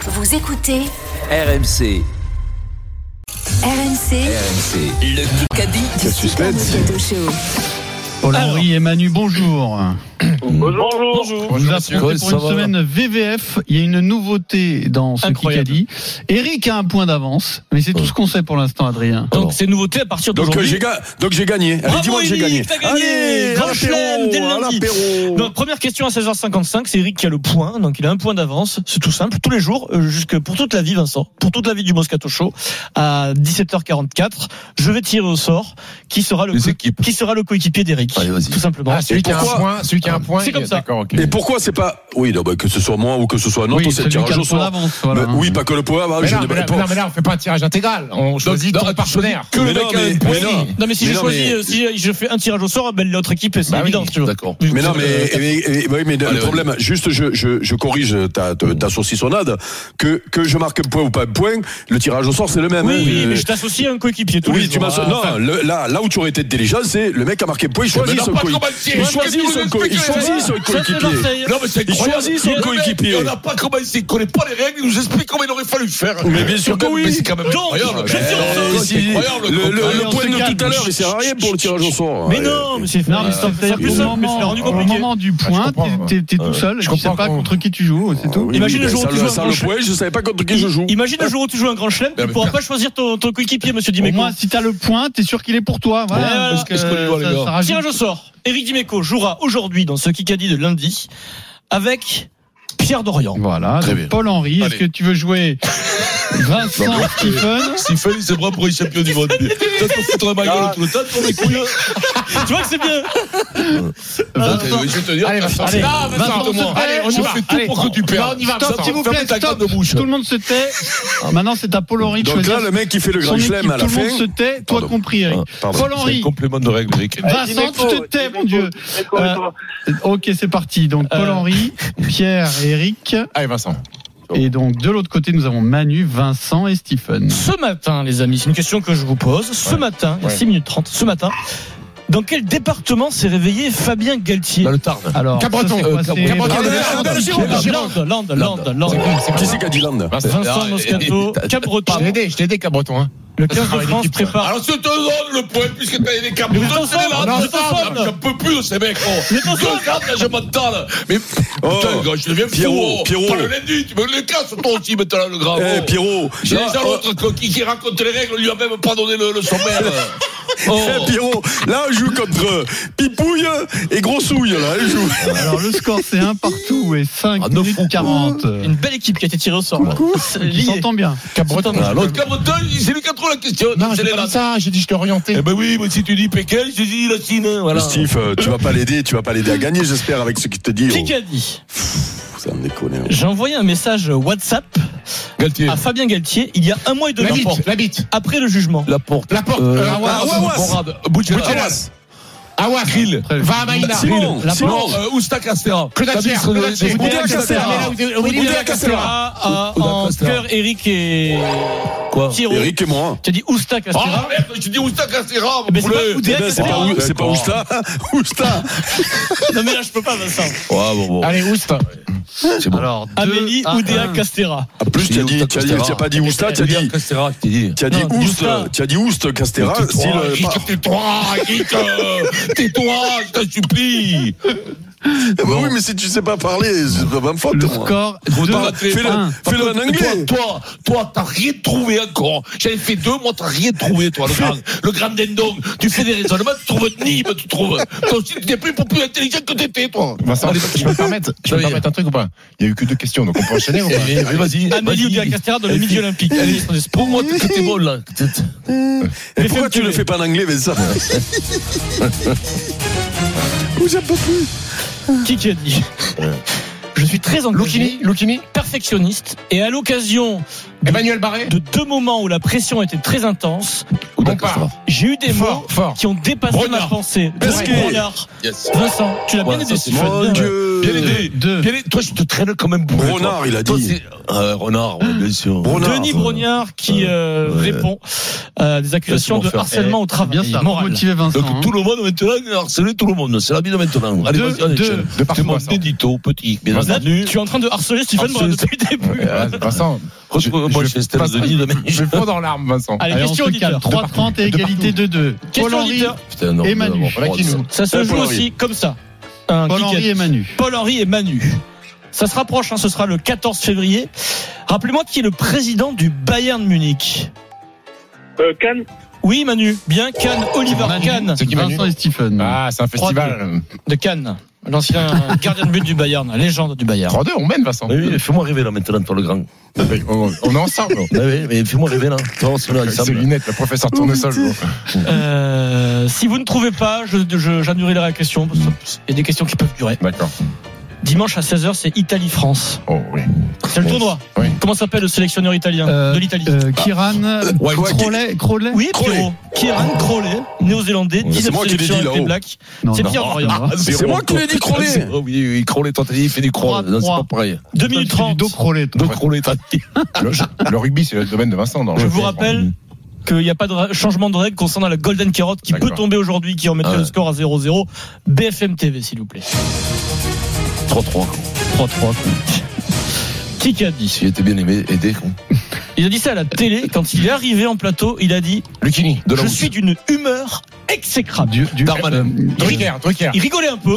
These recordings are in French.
Vous écoutez RMC, RMC, RMC, le Kikadi. du Super Moscato Show. Paul Henry et Manu, bonjour. Bonjour. Vous affrontez pour une semaine VVF. Il y a une nouveauté dans ce Incroyable. Kikadi. Eric a un point d'avance, mais c'est tout ce qu'on sait pour l'instant, Adrien. Donc c'est nouveauté à partir Donc euh, d'aujourd'hui. j'ai ga- donc j'ai gagné. Allez, Bravo, dis-moi que j'ai Eric, gagné. t'as gagné. Allez, Grand à chelem dès l'apéro, le à lundi. l'apéro. Donc première question à 16h55, c'est Eric qui a le point, donc il a un point d'avance, c'est tout simple, tous les jours, euh, jusque pour toute la vie Vincent, pour toute la vie du Moscato Show, à 17h44, je vais tirer au sort qui sera le, Les co- équipes. qui sera le coéquipier d'Eric, Allez, vas-y. tout simplement. Ah, celui qui a un pourquoi point, celui qui a un point. C'est comme il- ça. D'accord, ok. Et pourquoi c'est pas oui non, bah, que ce soit moi ou que ce soit Nantes Oui, on c'est c'est tirage au sort. d'avance. voilà. Mais oui pas que le poids. bah, Mais j'ai là, des mais là- réponses. non, mais là, on fait pas un tirage intégral. On choisit non, ton tu partenaire. Que le mais mec non, a mais- un point. mais non. Non mais si Mais je non, choisis, mais- euh, si je fais un tirage au sort, ben, l'autre équipe c'est Bah oui. évident. si tu veux. D'accord. Mais non, mais, euh, mais- mais- oui, mais Allez, le problème, juste je, je, je corrige ta, ta, ta saucissonnade, que, que je marque point ou pas point, le tirage au sort c'est le même. Oui, hein. oui, mais je Euh, t'associe à un coéquipier. tous les oui, tu jours. m'as. Ah, Non, enfin, le- là, là où tu aurais été intelligent, c'est le mec a marqué point, il Mais choisit non, son pas de coéquipier. commencer. Il Qu'est-ce que choisit vous son co- expliquez, il choisit là son ça, c'est coéquipier. Marseille. Non, mais c'est Il incroyable. choisit son Le mec, coéquipier. On n'a pas commencé, il connaît pas les règles, il nous explique comment il aurait fallu faire. Mais bien sûr que Mais oui. c'est quand même Donc, incroyable. je Ben, Mais suis non, en mais zone. C'est incroyable. Le, le le- copain. le point se de calme. tout à l'heure, il sert à rien pour le tirage au sort. Mais Ouais. non, mais c'est Non, mais c'est c'est au plus simple, mais je l'ai moment- rendu au compliqué. moment du point, comprends, t'es- t'es t'es tout seul, je tu sais comprends pas qu'on- contre qui tu joues, c'est tout. Oui, Imagine oui, le jour où ça tu le- joues un ça grand le chelem. point, je savais pas contre qui je joue. Imagine le jour où tu joues un grand chelem, tu Non, Hein Ah, mais pourras putain. pas choisir ton, ton coéquipier, monsieur Au Dimeco. moins, si t'as le point, t'es sûr qu'il est pour toi. Voilà, Ouais, voilà. parce que Qu'est-ce qu'on y voit, les ça- gars ça rajoute- Tirage au sort. Eric Dimeco jouera aujourd'hui dans ce Kikadi de lundi avec Pierre Dorian. Voilà, Très donc bien. Paul Henry, est-ce Allez. que tu veux jouer Vincent Stephen Stephen, c'est bras pour les champions du monde. Toi, t'en foutre ma gueule tout le temps, t'en es couilles. tu vois que c'est bien. Attends, Je vais te dire. Allez, Vincent. Allez, Non, Vincent, Vincent, on se fait- Allez, on y Je va. fais tout Allez. pour que tu Non, perds. on y va. Stop, Vincent. Ah. s'il vous plaît, Ferme ta stop. grande bouche. Tout le monde se tait. Maintenant, c'est à Paul Henry de Donc choisir là, le mec qui fait le son grand équipe. chelem à Tout la le fin. monde se tait, toi Pardon. Ah, compris, Eric. Pardon. Paul C'est Henri. un complément de règle, Eric. Vincent, tu te tais, mon Dieu. Euh, Ok, c'est parti. Donc Paul Euh. Henry, Pierre et Eric. Allez, Vincent. Oh. Et donc de l'autre côté, nous avons Manu, Vincent et Stephen. Ce matin, les amis, c'est une question que je vous pose. Ce matin, il y a Ouais. 6 minutes 30, ce matin, dans quel département s'est réveillé Fabien Galtier Dans le Tarn. Alors, Cabreton. ça, c'est quoi, Euh, c'est- Cabreton. Cabreton. Ah, ben, Gironde, Lande, Gironde. Lande, Lande, Lande. Qui c'est qui a dit Land Vincent Ah, Moscato, et- et- Cabreton. Je l'ai aidé, je l'ai aidé, Cabreton. hein. Le 15 de Ah, une France équipe, prépare. Alors, je te donne le point, puisque t'as les câbles. Mais vous êtes ensemble, vous êtes ensemble. J'en peux plus de ces mecs, oh. Vous êtes ensemble. Deux gars, là, je m'entends, là. Mais, Oh. putain, gars, je deviens fou, Pierrot, oh. Pierrot. Pas le lundi, tu me le casses, toi aussi, maintenant, le grand. Eh, oh. Pierrot J'ai là, déjà oh, l'autre quoi, qui, qui raconte les règles, on lui a même pas donné le, le sommaire. Oh. eh, Pierrot, là, on joue contre euh, Pipouille et Grossouille, là, on joue. Alors le score, c'est un partout et 5 Ah, neuf minutes fois. 40. Une belle équibre qui a été tirée au sort. là. Tu C'est lié. s'entends bien. Cabreton. Ah, L'autre Cabreton, il- c'est lui qui a trouvé la question. Non, c'est j'ai les pas lattes. dit ça, j'ai dit je t'ai orienté. Eh ben oui, mais si tu dis Pékin, je dis la Chine. hein, Voilà. Steve, euh, tu vas pas l'aider, tu vas pas l'aider à gagner, j'espère, avec ce qu'il te dit. Qui Oh, qu'a dit ça me déconne. hein. J'ai envoyé un message WhatsApp Galtier. à Fabien Galtier il y a un mois et demi La bite, la bite. après le jugement. La porte. La porte. Euh, Euh, Awas. Awas. Morad. Boutchelal. Bouchelas. Awas. Grill. Très bien. Va à Maïna. Simon, La Simon, Non, euh, Oustak Astera. Clodacier, Ministre de- Clodacier. de- Oudéa Castera. Allez, Ah, là, Oudéa- Oudéa Oudéa Castera. Ah, ah, Oda en Castera. cœur, Eric et Quoi Pierrot. Eric et moi. hein. Tu as dit Ousta Ah Castera. merde, je dis Oustak Astera. mon Mais c'est poulet. pas Oudéa Eh ben, c'est pas, Castera. Ou- c'est pas Ousta. Ousta. Non, mais là, je peux pas, Vincent. Ouais, bon, bon. Ah. Allez, Ah. Oust. C'est bon. Alors, deux Amélie à Oudéa un. Castera. En plus, tu as dit, Oudéa tu as dit, Castera. tu as pas dit Ousta, tu as Oudéa dit, Castera, je t'ai dit. tu as dit Non, Oust, Ousta. tu as dit Oust Castera. euh, Si Tais-toi, le, Guitte, Tais-toi, Guitte, euh, Tais-toi, je t'en supplie. Eh ben oui, mais si tu sais pas parler, c'est pas ma faute, Le moi. score Deux, deux pas rater. Fais-le un. fais-le en anglais. Toi, toi, toi, t'as rien trouvé encore. J'avais fait deux, moi, t'as rien trouvé, toi, le grand, le grand dindon. Tu fais des raisonnements, tu trouves une nîme, tu trouves. Toi aussi, tu t'es pris pour plus intelligent que t'étais, toi. Vincent, Allez, je peux me permettre, je peux me Oui. permettre un truc ou pas Il y a eu que deux questions, donc on peut enchaîner ou pas Allez, vas-y. Amélie Oudéa Castera dans le midi olympique. Allez, Ministre des Sports. pour moi, que t'es bon, là. Et pourquoi tu le fais pas en anglais, mais ça Vous j'ai pas plus. Qui qui a dit Euh, Je suis très engagé, Lucchini, Lucchini, perfectionniste, et à l'occasion Emmanuel Barré, de deux moments où la pression était très intense, compare. J'ai eu des mots Fort, fort. qui ont dépassé Brognard. ma pensée. Pesquet. Brognard. Yes. Vincent, tu l'as bien Voilà, aidé. ça, c'est Stéphane. Mon Dieu. Bien aidé. Deux. Bien aidé. Toi, je te traîne quand même bourré. Renard, toi. il a Toi, dit. c'est- Euh, Renard, ouais, bien sûr. Renard. Denis Brognard qui euh, Ouais. répond à des accusations Laisse-moi de faire. harcèlement au travail. Bien ça, Moral. motivé Vincent. Donc hein. tout le monde maintenant, harceler tout le monde. C'est la vie de maintenant. Allez, Deux, vas-y, on deux. enchaîne. De partout, C'est mon Vincent. édito, petit. Bien Là, entendu. Tu es en train de harceler Stephen Brun Harceler depuis le début. Euh, Vincent, Retrouve-moi je- chez Stéphane Vincent, Denis demain. je vais fondre en larmes, Vincent. Allez, Allez, on question se calme. auditeur. 3-30 et égalité 2-2. Paul Question Henry, auditeur. Putain, non, Et Manu. non, non, Voilà qui ça. nous. Ça se Paul joue Henry. aussi comme ça. Un Paul kick-ass. Henry et Manu. Paul Henry et Manu. Ça se rapproche, hein, ce sera le 14 février. Rappelez-moi qui est le président du Bayern de Munich. Euh, Cannes, Oui, Manu. Bien, Cannes, Oliver Manu. Cannes C'est qui Manu Vincent et Stephen. Ah, c'est un festival. de Cannes, l'ancien gardien de but du Bayern, la légende du Bayern. 3-2, Ah, on mène, Vincent. Oui, oui, fais-moi rêver là maintenant, toi le grand. Ah, ben, On on est ensemble. Ah oui, mais fais-moi rêver là. Toi, on se met Avec ses ensemble. lunettes, le professeur Tournesol. gros. Euh, si vous ne trouvez pas, je- je- j'annulerai la question. parce que Il y a des questions qui peuvent durer. D'accord. Dimanche à 16h, c'est Italie-France. Oh oui. C'est le Yes. tournoi. Oui. Comment s'appelle le sélectionneur italien Euh, de l'Italie euh, Kiran, Ouais, Crowley, Crowley Oui, Crowley. Pierrot. Kieran Crowley, néo-zélandais, Ouais, c'est 19 moi qui l'ai dit, sélections avec les là-haut. Blacks. Non, C'est non. Pierre Dorian. C'est moi qui l'ai dit, Crowley. Oh oui, oui, Crowley, toi t'as dit, il fait des croix. Trois, Non, Ah, C'est trois. pas pareil. 2 Toi, tu minutes fais du 30. dos Crowley, toi. Donc Crowley, t'as dit. Le rugby, c'est le domaine de Vincent. dans le Je vous foot. rappelle qu'il n'y a pas de ra- changement de règle concernant la Golden Carotte qui peut D'accord. tomber aujourd'hui, qui remettrait Ah ouais. le score à 0-0. BFM TV, s'il vous plaît. 3-3. 3-3. Qui qui a dit Si j'étais bien aimé, aidé. con. Il a dit ça à la télé. Quand il est arrivé en plateau, il a dit Lucchini. De la Je housse. suis d'une humeur exécrable. Du, du- Darmanin. Drucker, Drucker. Il rigolait un peu,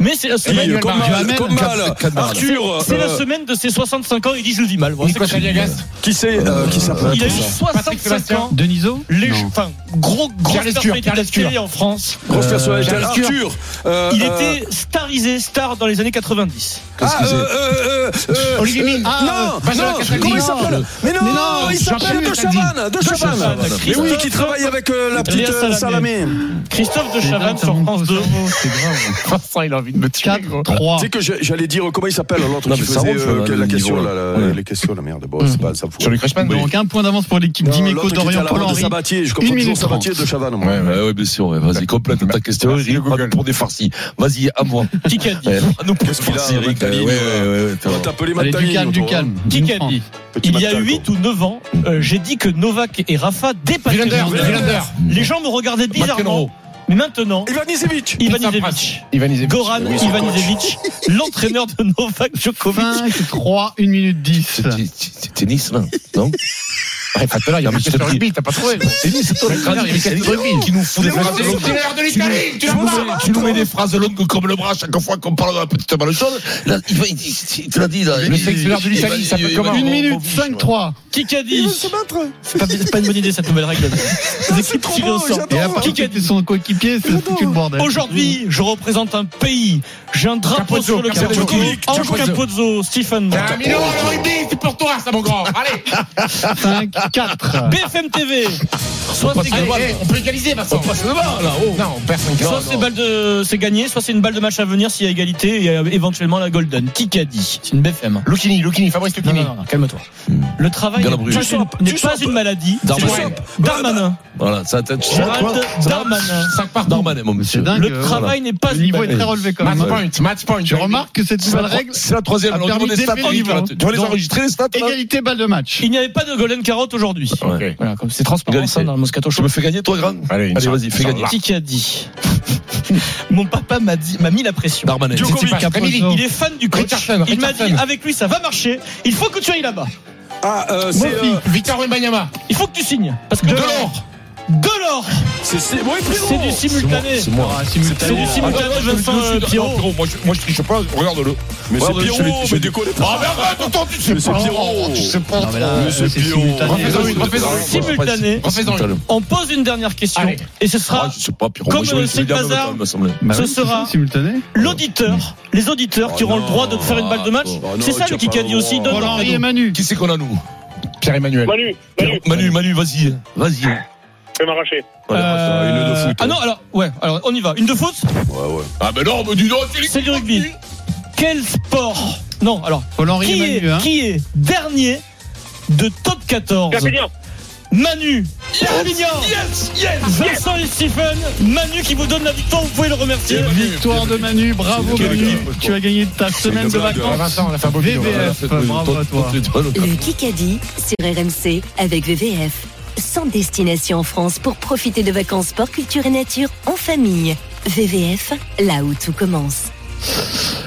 mais Eh c'est la ben, semaine. Emmanuel Comme Barra. mal, Duhamel, comme mal. Cadman. Arthur, C'est la euh, semaine de ses 65 ans, il dit je le vis mal. Voilà, c'est Nicolas que- Aliagas. qui c'est euh, Qui s'appelle il a eu Patrick 65 Sébastien. ans. Deniso Les, Non. enfin, gros, gros Pierre Lescure, personnalité de la Pierre Lescure. télé en France. Grosse personnalité. Charles Arthur. euh, Il euh, était starisé, star dans les années 90. Ah, euh, euh, euh, euh, Olivier Mine. Ah, non, Benjamin non, Castaldi. comment il s'appelle Mais non, Mais non, il s'appelle Jean-Pierre De Castaldi. Chavannes, De Chavannes. Chavannes, Mais oui, Christophe. qui travaille avec euh, la petite Léa euh, Salamé. Salamé. Christophe de Les Chavannes dates sur remontent France au 2. cerveau, C'est grave. Vincent, il a envie de me tuer. gros. 4-3. Tu sais que j'ai- j'allais dire comment il s'appelle l'autre Non, qui mais ça faisait rentre, euh, là, que- le la question niveau, là, la- ouais. les questions la merde bon c'est pas ça fout. Jean-Luc Reichmann. Donc un point d'avance pour l'équipe Non, d'Imeco, l'autre qui était à Dorian, la Paul mode de Henri. Sabatier je Une comprends toujours minute Sabatier trente. de Chavannes moi. Ouais, ouais. Ouais, Ah ouais, bien sûr, ouais, vas-y, complète ta question, Merci, Eric, Google. prends pour des farcis. Vas-y, à moi. Qui qu'a dit Ouais, Nous, pour Qu'est-ce qu'il a, farcis, Eric. Ouais, ouais, Mantalini, ouais, ouais, On va t'as- t'appeler Allez, du Mantalini, calme, du autour, hein. calme. Qui Nous, qu'a Franck. dit Petit Il y a Mantal, 8 ou 9 ans, euh, j'ai dit que Novak et Rafa dépassaient Wielander, Ah, les Wielander. autres. Les gens me regardaient bizarrement. McEnroe. Mais maintenant, quoi. Ivanisevic Ivanisevic, Ivan Izeb. Goran Oui, c'est le coach. Ivanisevic, l'entraîneur de Novak Djokovic. 5, 3, 1 minute 10. C'est c'est tennis, là, non Ouais, pas là, Ah, il y a une question de rugby, t'as pas trouvé. C'est lui, c'est toi le crâne Merde, il y a c'est quelqu'un de lui qui nous fout des phrases longues. de l'Italie, Tu nous, mets, tu nous mets des phrases longues comme le bras à chaque fois qu'on parle de la petite malchance. Là, il, va- il, il- il te l'a dit, là. Le sélectionneur de l'Italie, ça peut comment Une minute, 5-3. Qui qu'a dit C'est pas, c'est pas une bonne idée cette nouvelle règle. Les équipes trop tirées beau, au sort. Et j'adore. après, Qui qu'a c'était dit son coéquipier, c'est foutu le bordel. Aujourd'hui, je représente un pays. J'ai un drapeau Capozzo, sur le Capozzo, capot. Capozzo. Ange Capozzo, Stephen. Camilo, le rugby, c'est pour toi, ça, mon grand. Allez, 5, 4. BFM TV. Soit c'est allez, gagné, allez, on peut égaliser, Vincent. On passe le bas, là, oh. Non, on perd 5 soit c'est balle de, c'est gagné, soit c'est une balle de match à venir s'il y a égalité et euh, éventuellement la golden. Qui qu'a dit C'est une BFM. Lucchini, Lucchini, Fabrice Non, Lucchini. non, non, non, calme-toi. Le travail n'est Galabru. pas Tu une- sopes, n'est tu pas sopes. une maladie. Darmanin. C'est une- Darmanin. Voilà, ça t'a tu- Gérald Darmanin. 5 partout. Darmanin, mon monsieur. C'est dingue. Le euh, travail n'est pas Le une niveau est maladie. très relevé quand Match même. point, match point. Je remarque que cette C'est nouvelle la tro- règle, C'est la troisième. a Alors, on permis des stats, d'effrayer Eric, là. Liban. Tu vas les Donc, enregistrer, les stats, là égalité balle de match. Il n'y avait pas de golden carotte aujourd'hui. Ouais. Voilà, comme c'est transparent Égalité. ça dans le Moscato Je Show. me fais gagner, toi, grand Allez, Allez, vas-y, fais gagner. Qui qui a dit Mon papa m'a dit, m'a mis la pression. Darmanin. Djokovic. C'est pas- Camille. Il est fan du coach. Richardson, Il m'a dit Richardson. avec lui ça va marcher. Il faut que tu ailles là-bas. ah euh, c'est euh, Victor Wembanyama. Il faut que tu signes parce que Delors. Delors, c'est c'est ouais, frérot. c'est du simultané. C'est moi. Ah, simultané. C'est du simultané Attends, Vincent je suis- euh, Pierrot. Non, Pierrot, moi, je- Moi, je triche pas, regarde-le. mais c'est Ouais, je l'ai- Pierrot je mais l'ai- déconne Ah, pas mais arrête, attends, tu Mais c'est Oh, Pierrot Non, mais là, Mais Euh, c'est Bah c'est bio. simultané. Refaisons une, refaisons une. Simultané. Refaisons une. On pose une dernière question Allez. et ce sera Ah, je sais pas, Pierrot. Comme, Moi, je euh, vais c'est le dire en le même temps, hasard. il me semble. Bah Ce oui, sera- c'est simultané. l'auditeur, les auditeurs qui Oh auront le non, droit de faire une balle de match. oh non, c'est ça tu le as pas Kikadi le aussi. droit. Donne Paul leur Henri et cadeau. Manu. Qui c'est qu'on a, nous Pierre-Emmanuel. Manu, Manu, Manu, Manu, vas-y. Vas-y. je vais m'arracher. Ah, une de foot. Ah non, alors, ouais, alors on y va. Une de foot, Ouais, ouais. Ah, mais non, mais dis donc, tu c'est du rugby. Quel sport Non, alors, Paul Henri qui hein. et est, Manu, hein. qui est dernier de top 14 Perpignan, Manu, Perpignan Yes, yes Vincent et Stephen, Manu qui vous donne la victoire, vous pouvez le remercier. Victoire de Manu, bravo Quelle Manu, gueule. tu as gagné ta semaine une de blague, vacances. Vincent, on a fait un beau boulot. VVF. bravo à toi. Le Kikadi sur RMC avec VVF. Sans destination en France pour profiter de vacances sport, culture et nature en famille. VVF, là où tout commence.